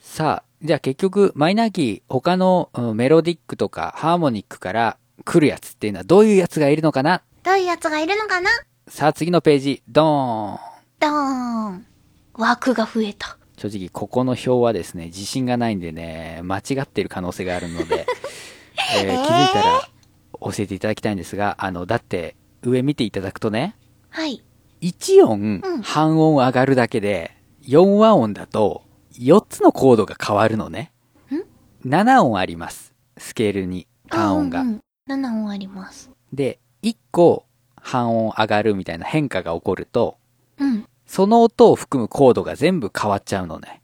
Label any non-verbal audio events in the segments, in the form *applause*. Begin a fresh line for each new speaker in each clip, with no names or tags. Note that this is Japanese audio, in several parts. さあ、じゃあ結局、マイナーキー、他のうんメロディックとかハーモニックから来るやつっていうのはどういうやつがいるのかな
どういうやつがいるのかな
さあ次のページ、ドーン
ドーン。枠が増えた。
正直、ここの表はですね、自信がないんでね、間違ってる可能性があるので、えー
え
気づ
ー
いたら教えていただきたいんですが、あの、だって、上見ていただくとね、
はい。
1音
うん
半音上がるだけで、4和音だと4つのコードが変わるのね。7音あります。スケールに単音が。
うんうん、7音あります。
で、1個半音上がるみたいな変化が起こると、
うん。
その音を含むコードが全部変わっちゃうのね。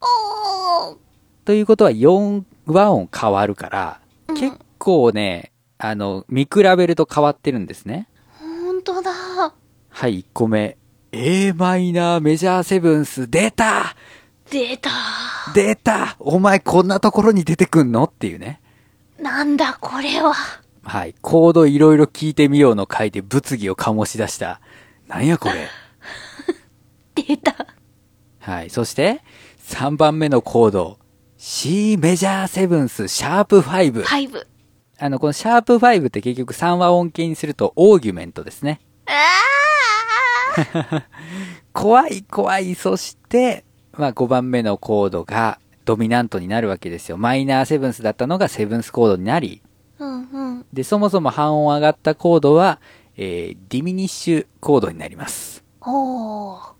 おー
ということは4和音変わるから、
うん
結構ね、あの、見比べると変わってるんですね。
ほんとだ。
はい、1個目。a マイナーメジャーセブンス出た
出た。
出たお前こんなところに出てくんのっていうね。
なんだこれは。
はい。コードいろいろ聞いてみようの回で物議を醸し出した。なんやこれ。
出た。
はい。そして、3番目のコード。C メジャーセブンスシャープ5。
ファイブ。
あの、このシャープ5って結局3和音形にするとオーギュメントですね。
あー
怖い怖い。そして、まあ5番目のコードがドミナントになるわけですよ。マイナーセブンスだったのがセブンスコードになり、
うんうん。
で、そもそも半音上がったコードは、えーディミニッシュコードになります。
おー。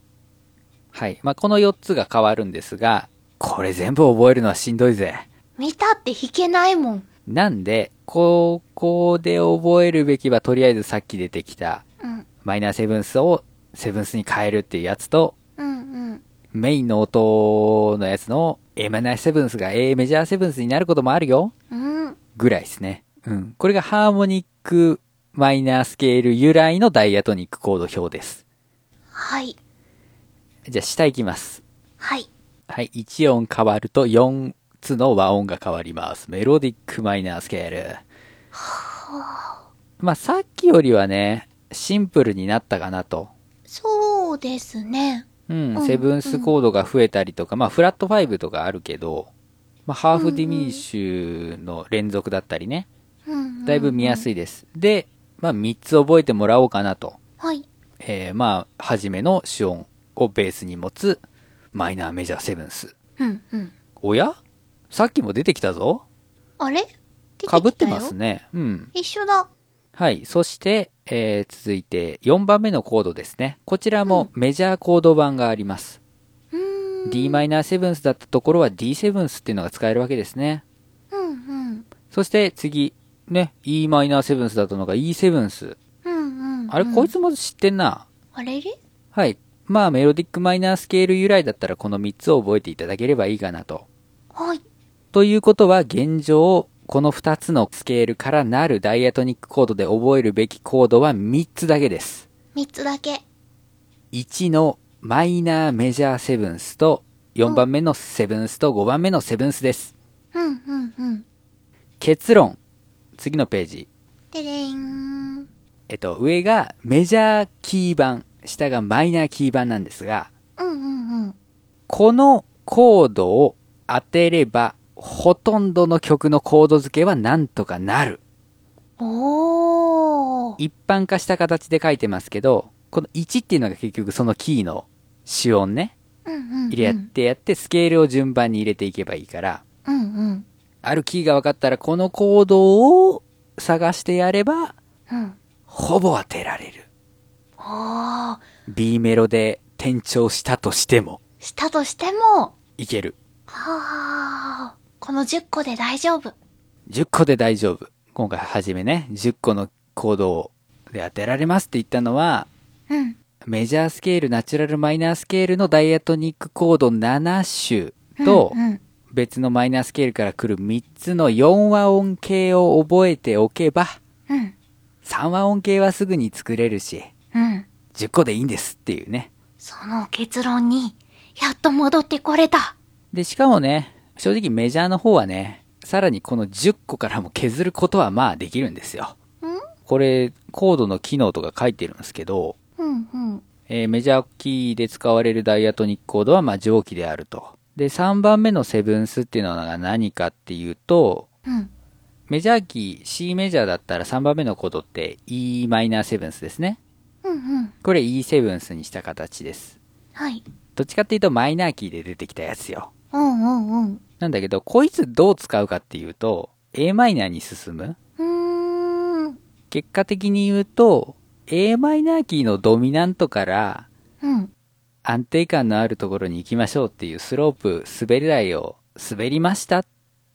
はい。まあ、この4つが変わるんですが、これ全部覚えるのはしんどいぜ。
見たって弾けないもん。
なんで、ここで覚えるべきは、とりあえずさっき出てきた、
うん。
マイナーセブンスをセブンスに変えるっていうやつと、
うんうん。
メインの音のやつの A マイナーセブンスが A メジャーセブンスになることもあるよ。
うん。
ぐらいですね。うん。これがハーモニックマイナースケール由来のダイアトニックコード表です。
はい。
じゃあ下行きます。
はい。
はい、1音変わると4つの和音が変わります。メロディックマイナースケール。まあさっきよりはね、シンプルになったかなと。
そうですね。
うん、
うん
セブンスコードが増えたりとか、まあフラットファイブとかあるけど、まあハーフディミニッシュの連続だったりね、
うんうん、
だいぶ見やすいです。で、まあ3つ覚えてもらおうかなと。
はい。
えー、まあ、初めの主音をベースに持つマイナーメジャーセブンス。
うんうん。
おやさっきも出てきたぞ。
あれ出てきた
か
よ
ぶってますね。うん。
一緒だ。
はい。そして、えー続いて4番目のコードですね。こちらもメジャーコード版があります。
うーん。
Dm7 だったところは D7 っていうのが使えるわけですね。
うんうん。
そして次、ね、Em7 だったのが E7。
うんうん。
あれ、こいつも知ってんな。
あれれ
はい。まあ、メロディックマイナースケール由来だったらこの3つを覚えていただければいいかなと。
はい。
ということは現状、この2つのスケールからなるダイアトニックコードで覚えるべきコードは3つだけです。
三つだけ。
1のマイナーメジャーセブンスと4番目のセブンスと5番目のセブンスです。
うんうんうん。
結論。次のページ。
てれーん。
えっと、上がメジャーキー版、下がマイナーキー版なんですが、
うんうんうん。
このコードを当てれば、ほとんどの曲のコード付けはなんとかなる。
おー。
一般化した形で書いてますけど、この1っていうのが結局そのキーの主音ね。
うんうん、うん。
入れやってやって、スケールを順番に入れていけばいいから、
うんうん。
あるキーが分かったらこのコードを探してやれば、
うん。
ほぼ当てられる。
おー。
B メロで転調したとしても、
したとしても、
いける。
はー。この10個で大丈夫。
10個で大丈夫。今回はじめね、10個のコードで当てられますって言ったのは、
うん。
メジャースケール、ナチュラルマイナースケールのダイアトニックコード7種と、
うんうん、
別のマイナースケールから来る3つの4和音形を覚えておけば、
うん。
3和音形はすぐに作れるし、
うん。
10個でいいんですっていうね。
その結論に、やっと戻ってこれた。
で、しかもね、正直メジャーの方はね、さらにこの10個からも削ることはまあできるんですよ。
うん
これ、コードの機能とか書いてるんですけど、
うんうん。
えーメジャーキーで使われるダイアトニックコードはまあ上記であると。で、3番目のセブンスっていうのが何かっていうと、
うん。
メジャーキー、C メジャーだったら3番目のコードって e マイナーセブンスですね。
うんうん。
これ e セブンスにした形です。
はい。
どっちかっていうとマイナーキーで出てきたやつよ。
うんうん
なんだけど、こいつどう使うかっていうと、a マイナーに進む。
うん。うーん。
結果的に言うと、a マイナーキーのドミナントから
うん。
安定感のあるところに行きましょうっていうスロープ、滑り台を滑りましたっ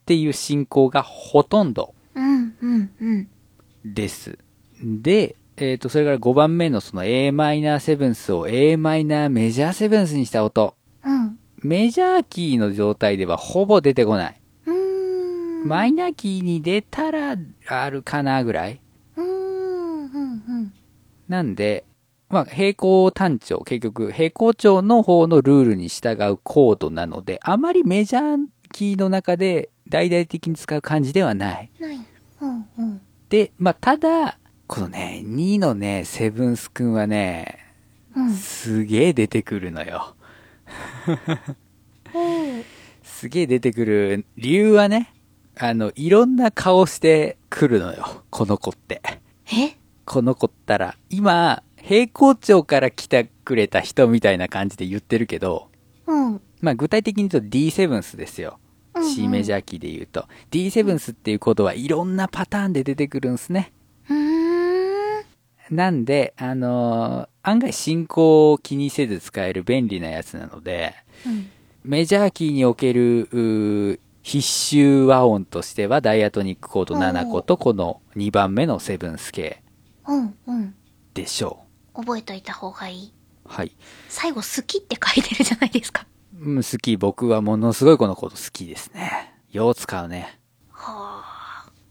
ていう進行がほとんど
うんうんうん。
です。で、えっ、と、それから5番目のその a マイナーセブンスを a マイナーメジャーセブンスにした音。
うん。
メジャーキーの状態ではほぼ出てこない。
うーん。
マイナーキーに出たらあるかなぐらい。
うーん。うんうん。
なんで、まあ、平行単調、結局、平行調の方のルールに従うコードなので、あまりメジャーキーの中で大々的に使う感じではない。
ない。うんうん。
で、まあ、ただ、このね、2のね、セブンスくんはね、
うん。
すげえ出てくるのよ。
おう
すげえ出てくる理由はね、あの、いろんな顔してくるのよ。この子って。
え
この子ったら、今、平行調から来てくれた人みたいな感じで言ってるけど、
うん。
まあ具体的に言うと D セブンスですよ。
うんうん
C メジャーキーで言うと。D セブンスっていうことはいろんなパターンで出てくるんですね。
うーん。
なんで、あのー案外進行を気にせず使える便利なやつなので、
うん。
メジャーキーにおけるうー必修和音としてはダイアトニックコード7個とこの2番目のセブンス系
うんうん。
でしょ
覚えといた方がいい。
う。はい。
最後、好きって書いてるじゃないですか。
うん、好き。僕はものすごいこのコード好きですね。よう使うね。
は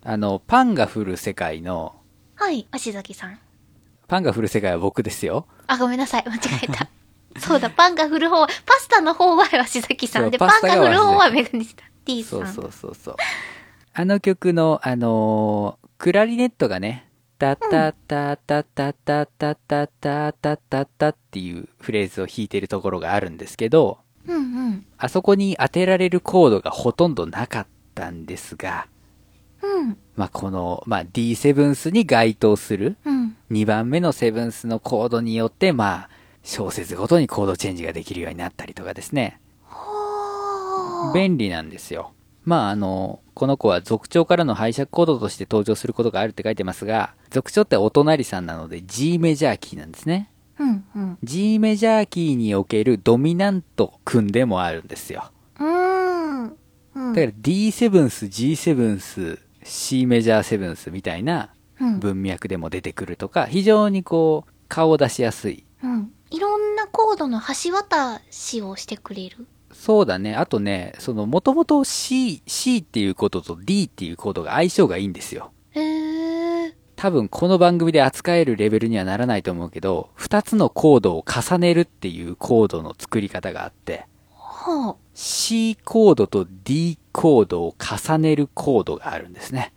あの、パンが降る世界の、
あ。はい、足崎さん。
パンが降る世界は僕ですよ。
あ、ごめんなさい。間違えた。そうだ、パンが振る方は、パスタの方は鷲崎さ
そ
ん
う
で、
パ
パ
ス
ン
タ
が
が
振る方は
鷲
メガネさん。D さん。
そうそうそうそう。あの曲の、あのークラリネットがね、タタタタタタタタタタタタっていうフレーズを弾いてるところがあるんですけど、
うんうん。
あそこに当てられるコードがほとんどなかったんですが、
うん。
まあ、この、まあ、D セブンスに該当する
うん。
2番目のセブンスのコードによって、まあ、小節ごとにコードチェンジができるようになったりとかですね。
ほー。
便利なんですよ。まああの、この子は族長からの拝借コードとして登場することがあるって書いてますが、族長ってお隣さんなので G メジャーキーなんですね。
うんうん。
G メジャーキーにおけるドミナント君でもあるんですよ。
うーん。うん。
だから D セブンス、G セブンス、C メジャーセブンスみたいな
うん。
文脈でも出てくるとか、非常にこう、顔を出しやすい。
うん。いろんなコードの橋渡しをしてくれる。
そうだね。あとね、その、もともと C、C っていうことと D っていうことが相性がいいんですよ。
へー。
多分この番組で扱えるレベルにはならないと思うけど、二つのコードを重ねるっていうコードの作り方があって、
はあ。
C コードと D コードを重ねるコードがあるんですね。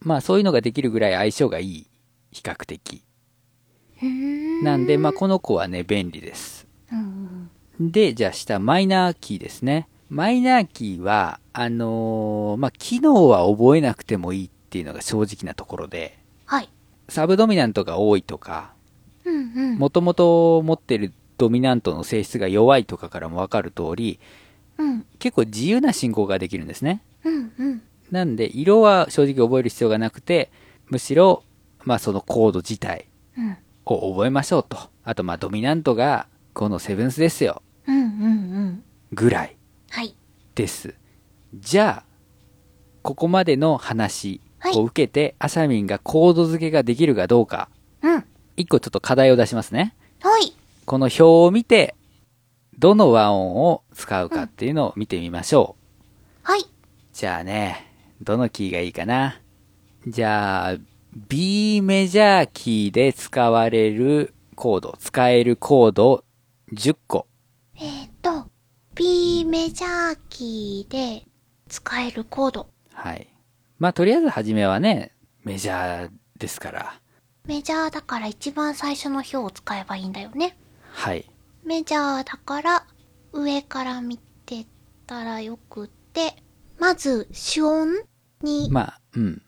まあそういうのができるぐらい相性がいい、比較的。
へー。
なんで、まあこの子はね、便利です。
うん
で、じゃあ下、マイナーキーですね。マイナーキーは、あのーまあ機能は覚えなくてもいいっていうのが正直なところで、
はい。
サブドミナントが多いとか、
うんうん。
もともと持ってるドミナントの性質が弱いとかからもわかる通り、
うん。
結構自由な進行ができるんですね。
うんうん。
なんで、色は正直覚える必要がなくて、むしろ、まあそのコード自体
うん。
を覚えましょうと。あとまあドミナントがこのセブンスですよ。
うんうんうん。
ぐらい
はい。
です。じゃあ、ここまでの話を受けて、アシャミンがコード付けができるかどうか、
うん。
一個ちょっと課題を出しますね。
はい。
この表を見て、どの和音を使うかっていうのを見てみましょう。
はい。
じゃあね、どのキーがいいかな。じゃあ、B メジャーキーで使われるコード、使えるコード10個。
えっ、と、B メジャーキーで使えるコード。
はい。まあ、とりあえず初めはね、メジャーですから。
メジャーだから一番最初の表を使えばいいんだよね。
はい。
メジャーだから上から見てたらよくって、まず、主音に、
まあ、うん。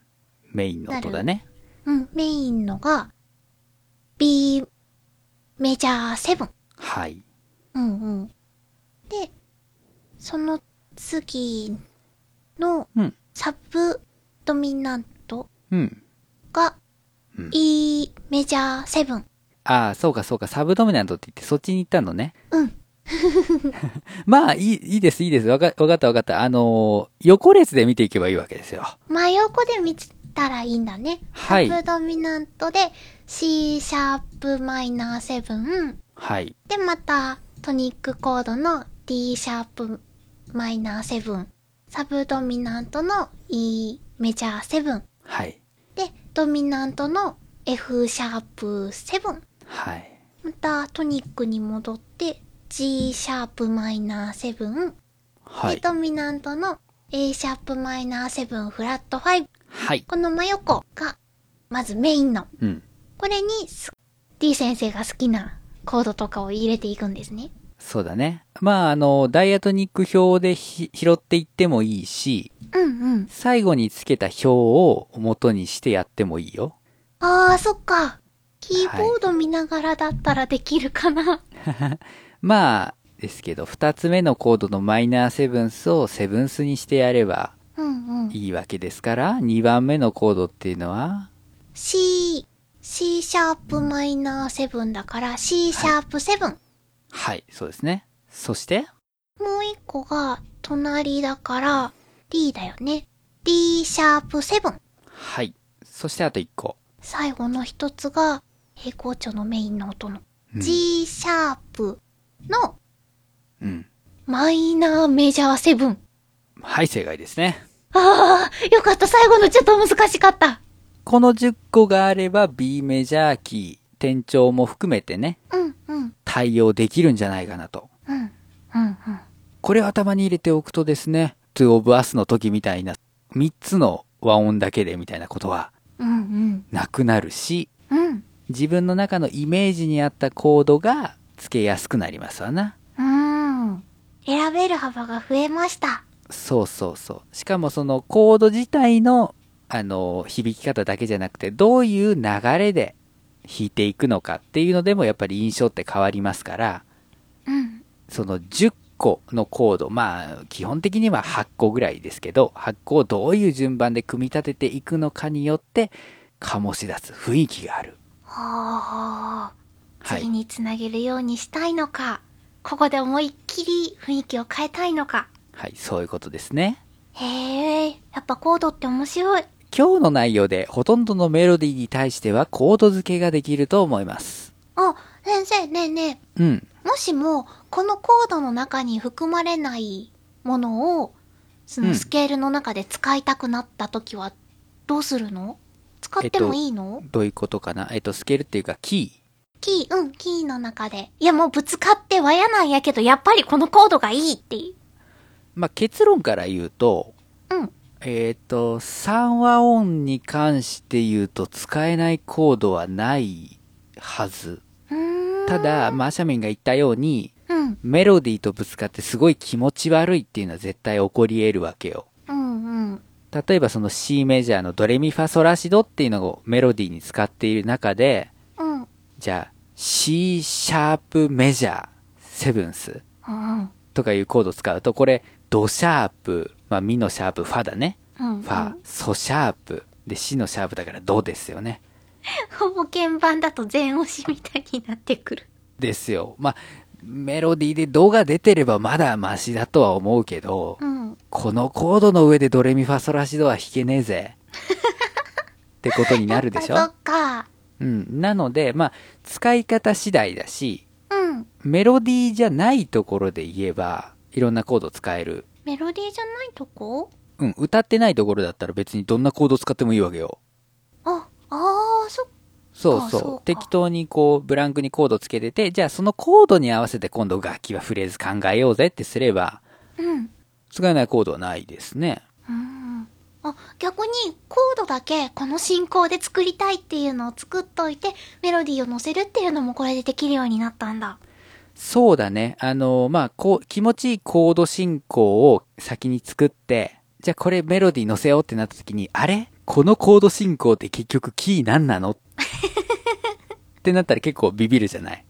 メインの音だね。
うん、メインのが、B メジャー7。
はい。
うんうん。で、その次の
うん。
サブドミナント
うん。
が
うん
E メジャー7。
ああ、そうかそうか、サブドミナントって言ってそっちに行ったのね。
うん。
まあ、いい、いいです、いいです。わか、わかったわかった。あのー横列で見ていけばいいわけですよ。
真横で見たらいいんだね。
はい
サブドミナントで C シャープマイナー7。
はい。
で、またトニックコードの D シャープマイナー7。サブドミナントの E メジャー7。
はい。
で、ドミナントの F シャープ7。
はい。
またトニックに戻って G シャープマイナー7。
は
で、
い。
ドミナントの A シャープマイナー7フラット5。
はい。
この真横が、まずメインの。
うん。
これにす D 先生が好きなコードとかを入れていくんですね。
そうだね。まあ、あの、ダイアトニック表でひ拾っていってもいいし、
うんうん。
最後につけた表を元にしてやってもいいよ。
あー、そっか。キーボード見ながらだったらできるかな。
まあ、ですけど、二つ目のコードのマイナーセブンスをセブンスにしてやれば
うんうん。
いいわけですから、二番目のコードっていうのは、
C、C シャープマイナー7だから C シャープ7。
はい、そうですね。そして、
もう一個が隣だから D だよね。D シャープ7。
はい。そしてあと一個。
最後の一つが平行調のメインの音の
うん
G シャープの
うん。
マイナーメジャー7。
はい、正解ですね。
ああ、よかった。最後のちょっと難しかった。
この10個があれば B メジャーキー、転調も含めてね、
うんうん。
対応できるんじゃないかなと。
うん。うんうん。
これを頭に入れておくとですね、2 of us の時みたいな、3つの和音だけでみたいなことは
うん
なくなるし、
うん。うん。
自分の中のイメージに合ったコードが付けやすくなりますわな。
うん。選べる幅が増えました。
そうそうそう。しかもそのコード自体の、あの、響き方だけじゃなくて、どういう流れで弾いていくのかっていうのでもやっぱり印象って変わりますから、
うん。
その10個のコード、まあ、基本的には8個ぐらいですけど、8個をどういう順番で組み立てていくのかによって、醸し出す雰囲気がある。
はあ。
は
次
い。
につなげるようにしたいのか、ここで思いっきり雰囲気を変えたいのか。
はい、そういうことですね。
へえ、やっぱコードって面白い。
今日の内容でほとんどのメロディーに対してはコード付けができると思います。
あ、先生、ねえね
うん。
え、もしも、このコードの中に含まれないものを、そうの
ん
スケールの中で使いたくなった時は、どうするの使ってもいいの、
どういうことかなえっと、スケールっていうか、キ
キー、うん、キーの中で。いや、もうぶつかっては嫌なんやけど、やっぱりこのコードがいいっていう。
ー。まあ、結論から言うと、
うん。
えっ、と、3和音に関して言うと使えないコードはないはず。
うーん。
ただ、マーシャミンが言ったように、
うん、
メロディーとぶつかってすごい気持ち悪いっていうのは絶対起こり得るわけよ。
うん、うん。
例えばその C メジャーのドレミファソラシドっていうのをメロディーに使っている中で、
うん、
じゃあ C シャープメジャーセブンス
うん。
とかいうコードを使うと、これ、ドシャープ、まあ、ミのシャープ、ファだね。
うん、
ファ、ソシャープ。で、シのシャープだからドですよね。
ほぼ鍵盤だと全押しみたいになってくる。
ですよ。まあ、メロディーでドが出てればまだマシだとは思うけど、
うん。
このコードの上でドレミファソラシドは弾けねえぜ。
*laughs*
ってことになるでし
やっ
ょ
ぱ
うん。なので、まあ、使い方次第だし、
そっか。うん。
メロディーじゃないところで言えば、いろんなコード使える。
メロディーじゃないとこ
うん、歌ってないところだったら別にどんなコード使ってもいいわけよ。
あ、あー、そっ
そうそ
あそう
う
か。
適当にこう、ブランクにコードつけてて、じゃあそのコードに合わせて今度楽器はフレーズ考えようぜってすれば、
うん。
使えないコードはないですね。
うん。あ、逆にコードだけこの進行で作りたいっていうのを作っといて、メロディーを乗せるっていうのもこれでできるようになったんだ。
そうだね。あの、まあ、こう、気持ちいいコード進行を先に作って、じゃあこれメロディー乗せようってなった時に、あれこのコード進行って結局キーなんなのってなったら結構ビビるじゃない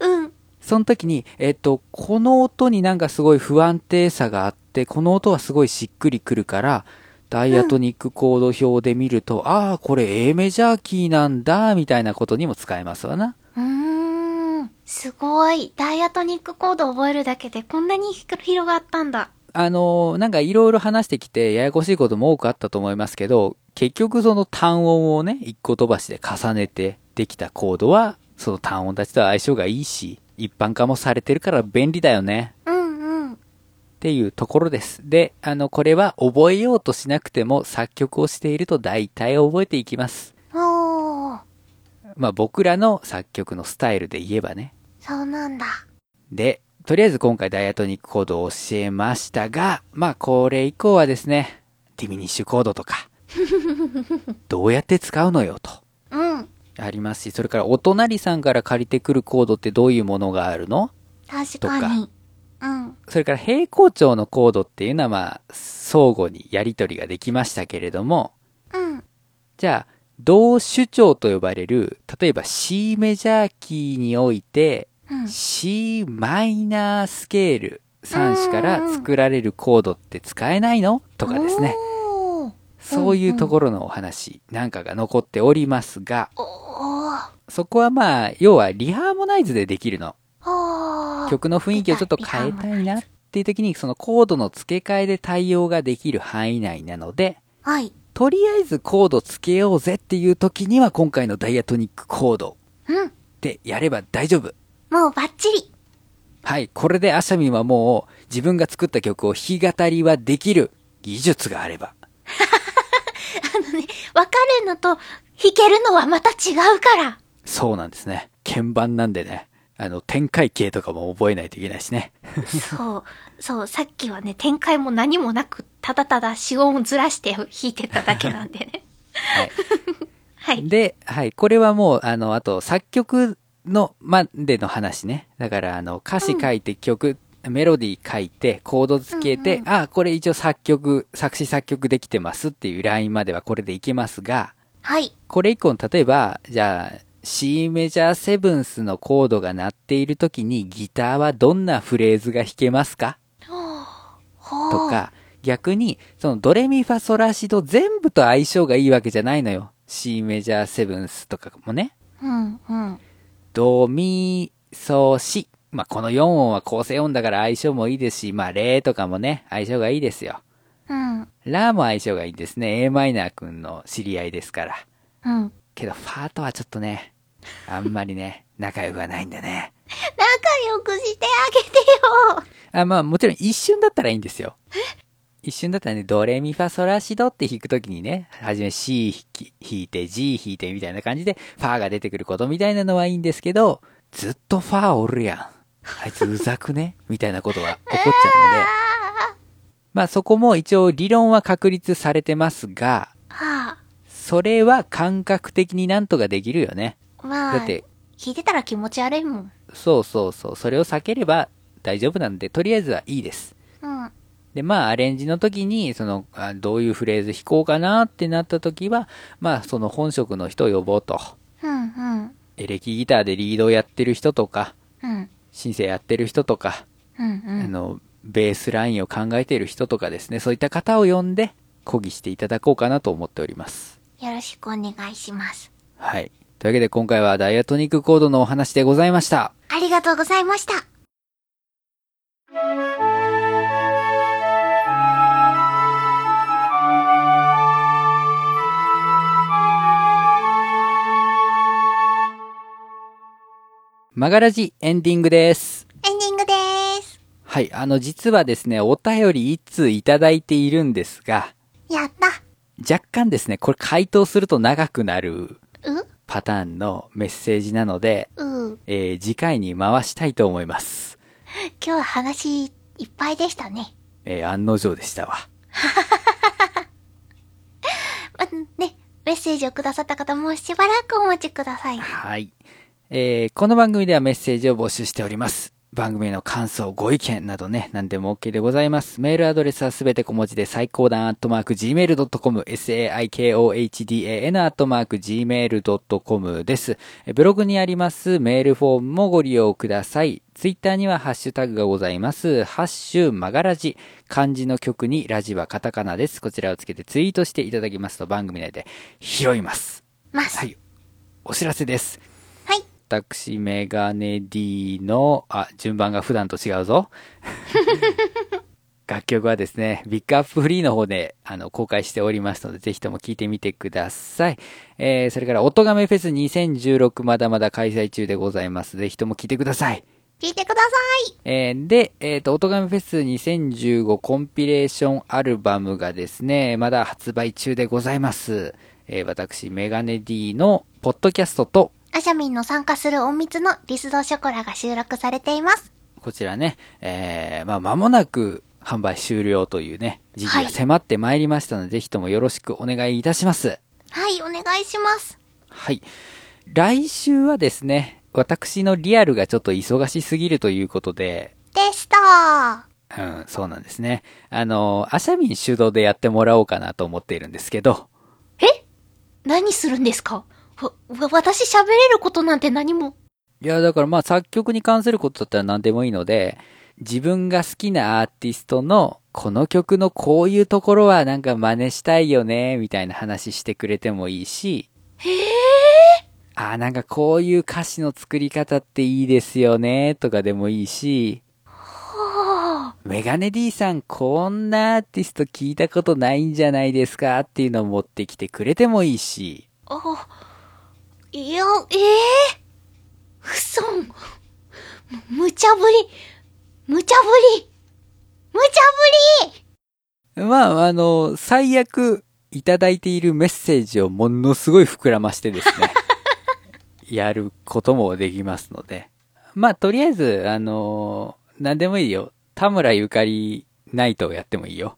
うん。
その時に、えっと、この音になんかすごい不安定さがあって、この音はすごいしっくりくるから、ダイアトニックコード表で見ると、ああ、これ A メジャーキーなんだ、みたいなことにも使えますわな。
うーん。すごい。ダイアトニックコード覚えるだけでこんなにひ広がったんだ。
あのーなんかいろいろ話してきて、ややこしいことも多くあったと思いますけど、結局その単音をね、一個飛ばしで重ねてできたコードは、その単音たちとは相性がいいし、一般化もされてるから便利だよね。
うんうん。
っていうところです。で、あの、これは覚えようとしなくても作曲をしていると大体覚えていきます。
おー。
まあ僕らの作曲のスタイルで言えばね。
そうなんだ。
で、とりあえず今回ダイアトニックコードを教えましたが、まあこれ以降はですね、ディミニッシュコードとか、どうやって使うのよと。
うん。
ありますし、それからお隣さんから借りてくるコードってどういうものがあるの
確かに。うん。
それから平行調のコードっていうのはまあ相互にやり取りができましたけれども、
うん。
じゃあ、同主調と呼ばれる、例えば C メジャーキーにおいて、
うん。
C マイナースケール3子から作られるコードって使えないのとかですね。
おー。
そういうところのお話なんかが残っておりますが、
おー。
そこはまあ、要はリハーモナイズでできるの。
おー。
曲の雰囲気をちょっと変えたいなっていう時に、そのコードの付け替えで対応ができる範囲内なので、
はい。
とりあえずコードつけようぜっていう時には今回のダイアトニックコード
うん。
でやれば大丈夫。
もうバッチリ。
はい。これでアシャミンはもう自分が作った曲を弾き語りはできる技術があれば。
わかるのと弾けるのはまた違うから。
そうなんですね。鍵盤なんでね。あの、展開形とかも覚えないといけないしね。
そう。そう、さっきはね、展開も何もなく、ただただ死音をずらして弾いてただけなんでね。
はい。
はい。
で、はい、これはもう、あの、あと、作曲の、ま、での話ね。だから、あの、歌詞書いて曲、メロディー書いて、コードつけて、
うんうん
あ、これ一応作曲、作詞作曲できてますっていうラインまではこれでいけますが、
はい。
これ以降、例えば、じゃあ、C メジャーセブンスのコードが鳴っている時にギターはどんなフレーズが弾けますか
ほう。
と。か、逆に、そのドレミファソラシド全部と相性がいいわけじゃないのよ。C メジャーセブンスとかもね。
うん、うん。
ドミソシ。まあ、この4音は構成音だから相性もいいですし、まあ、レとかもね、相性がいいですよ。
うん、
ラも相性がいいですね。a マイナー君の知り合いですから。
うん。
けど、ファーとはちょっとね、あんまりね、仲良くはないんだね。
仲良くしてあげてよ
あ、まあ、もちろん一瞬だったらいいんですよ。一瞬だったらね、ドレミファソラシドって弾くときにね、はじめ C 弾き弾いて G 弾いてみたいな感じで、ファーが出てくることみたいなのはいいんですけど、ずっとファーおるやん。あいつうざくねみたいなことが起こっちゃうので、
あ
まあそこも一応理論は確立されてますが、
あ。は
それは感覚的になんとかできるよね。
あ。まあ、
だって、
弾いてたら気持ち悪いもん。
そうそうそう、それを避ければ大丈夫なんで、とりあえずはいいです。
うん。
で、まあ、アレンジの時に、その、あどういうフレーズ弾こうかなってなった時は、まあ、その本職の人を呼ぼうと。
うん、うん。
エレキギターでリードをやってる人とか、
うん、
シンセやってる人とか、
うん、う
あ
ん。
の、ベースラインを考えてる人とかですね、そういった方を呼んで、講義していただこうかなと思っております。
よろしくお願いします。
はい。というわけで今回はダイアトニックコードのお話でございました。
ありがとうございました。
マガラジエンディングです。
エンディングでーす。
はい。あの、実はですね、お便り一通いただいているんですが、
やった。
若干ですね、これ回答すると長くなる
う
パターンのメッセージなので、
うん。
えー次回に回したいと思います。
今日は話いっぱいでしたね。
えー案の定でしたわ。
まね、メッセージをくださった方もうしばらくお待ちください。
はい。えーこの番組ではメッセージを募集しております。番組への感想、ご意見などね、何でも OK でございます。メールアドレスはすべて小文字で、最高段アットマーク gmail.com、saikohdan アットマーク gmail.com です。えブログにありますメールフォームもご利用ください。ツイッターにはハッシュタグがございます。ハッシュマガラジ。漢字の曲にラジはカタカナです。こちらをつけてツイートしていただきますと番組内で拾います。
ます。
は
はい。
い。お知らせです。
はい。
私、メガネ D の、あ、順番が普段と違う *laughs* ぞ。楽曲はですね、ビッグアップフリーの方であの公開しておりますので、ぜひとも聴いてみてください。えー、それから、音亀フェス2016まだまだ開催中でございます。ぜひとも聴いてください。
聞いてください。
えーで、えっ、と、音亀フェス2015コンピレーションアルバムがですね、まだ発売中でございます。えー私、メガネ D のポッドキャストと、
アシャミンの参加する隠密のリスドショコラが収録されています。
こちらね、えー、まあ、間もなく販売終了というね、時期
は
が
い
迫ってまいりましたので、ぜひともよろしくお願いいたします。
はい、お願いします。
はい。来週はですね、私のリアルがちょっと忙しすぎるということで、
でした。
うん、そうなんですね。あの、アシャミン主導でやってもらおうかなと思っているんですけど、
え何するんですかわ、わ私喋れることなんて何も。
いや、だからまあ作曲に関することだったら何でもいいので、自分が好きなアーティストのこの曲のこういうところはなんか真似したいよね、みたいな話してくれてもいいし、
へえ。
ああ、なんかこういう歌詞の作り方っていいですよね、とかでもいいし、
はあ。
メガネ D さんこんなアーティスト聞いたことないんじゃないですかっていうのを持ってきてくれてもいいし、
あ、いや、ええー、嘘む無茶ぶり無茶ぶり無茶ぶり
まあ、あの、最悪、いただいているメッセージをものすごい膨らましてです
*laughs*
ね、やることもできますので。まあ、とりあえず、あの、何でもいいよ。田村ゆかりナイトをやってもいいよ。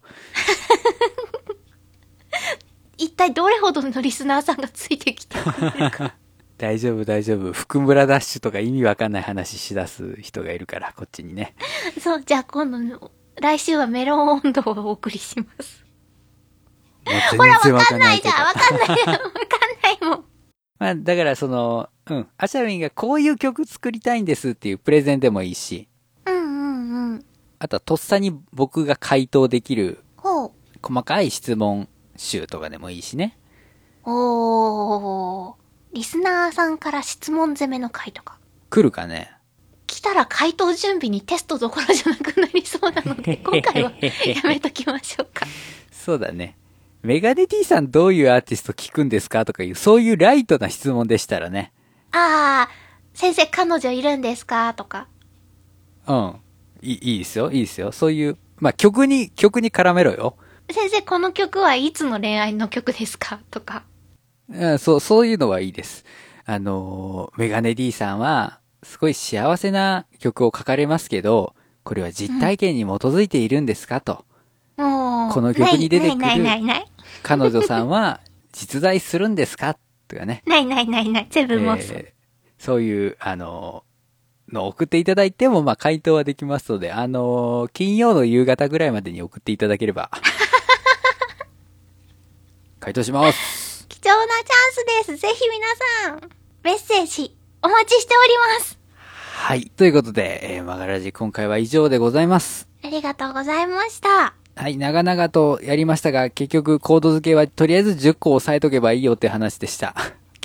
一体どれほどのリスナーさんがついてきてるんですか
大丈夫、大丈夫。福村ダッシュとか意味わかんない話しだす人がいるから、こっちにね。
*laughs* そう、じゃあ今度の、来週はメロン温度をお送りします。
もう全
ほら、わ
然わ
か
か
ん
ん
な
ないい
じ
と
ゃん
か
わかんないわかんないもん。
まあ、だからその、うん。アシャミンがこういう曲作りたいんですっていうプレゼンでもいいし、
うんうんうん。
あとはとっさに僕が回答できる
ほう。
細かい質問集とかでもいいしね。
おー。リスナーさんから質問攻めの回とか。
来るかね
来たら回答準備にテストどころじゃなくなりそうなので、今回はやめときましょうか。 *laughs*
そうだね。メガネ D さんどういうアーティスト聞くんですかとかいう、そういうライトな質問でしたらね。
あー、先生彼女いるんですかとか。
うん。いい、いいですよ、いいですよ。そういう、まあ、曲に、曲に絡めろよ。
先生この曲はいつの恋愛の曲ですかとか。
うん、そう、そういうのはいいです。あのーメガネ D さんは、すごい幸せな曲を書かれますけど、これは実体験に基づいているんですかと。
もう、
この曲に出てくる
ないないない
彼女さんは実在するんですかとかね。
ない。ないないないない。全部もう、
えーそういう、あのーのを送っていただいても、まあ、回答はできますので、あのー金曜の夕方ぐらいまでに送っていただければ。 *laughs* 回答します。
貴重なチャンスです。ぜひ皆さん、メッセージ、お待ちしております。
はい。ということで、えー、マガラジ今回は以上でございます。
ありがとうございました。
はい、長々とやりましたが、結局コード付けはとりあえず10個押さえとけばいいよって話でした。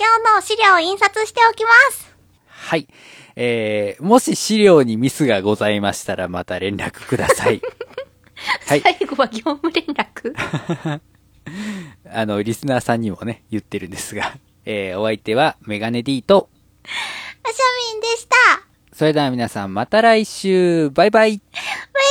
今日の資料を印刷しておきます。
はい。えー、もし資料にミスがございましたら、また連絡ください。はい。
*laughs* 最後は業務連
*laughs*
絡。
あの、リスナーさんにもね、言ってるんですが、えー、お相手はメガネ D と、
アシャミンでした。
それでは皆さんまた来週バイバイ
バイバイ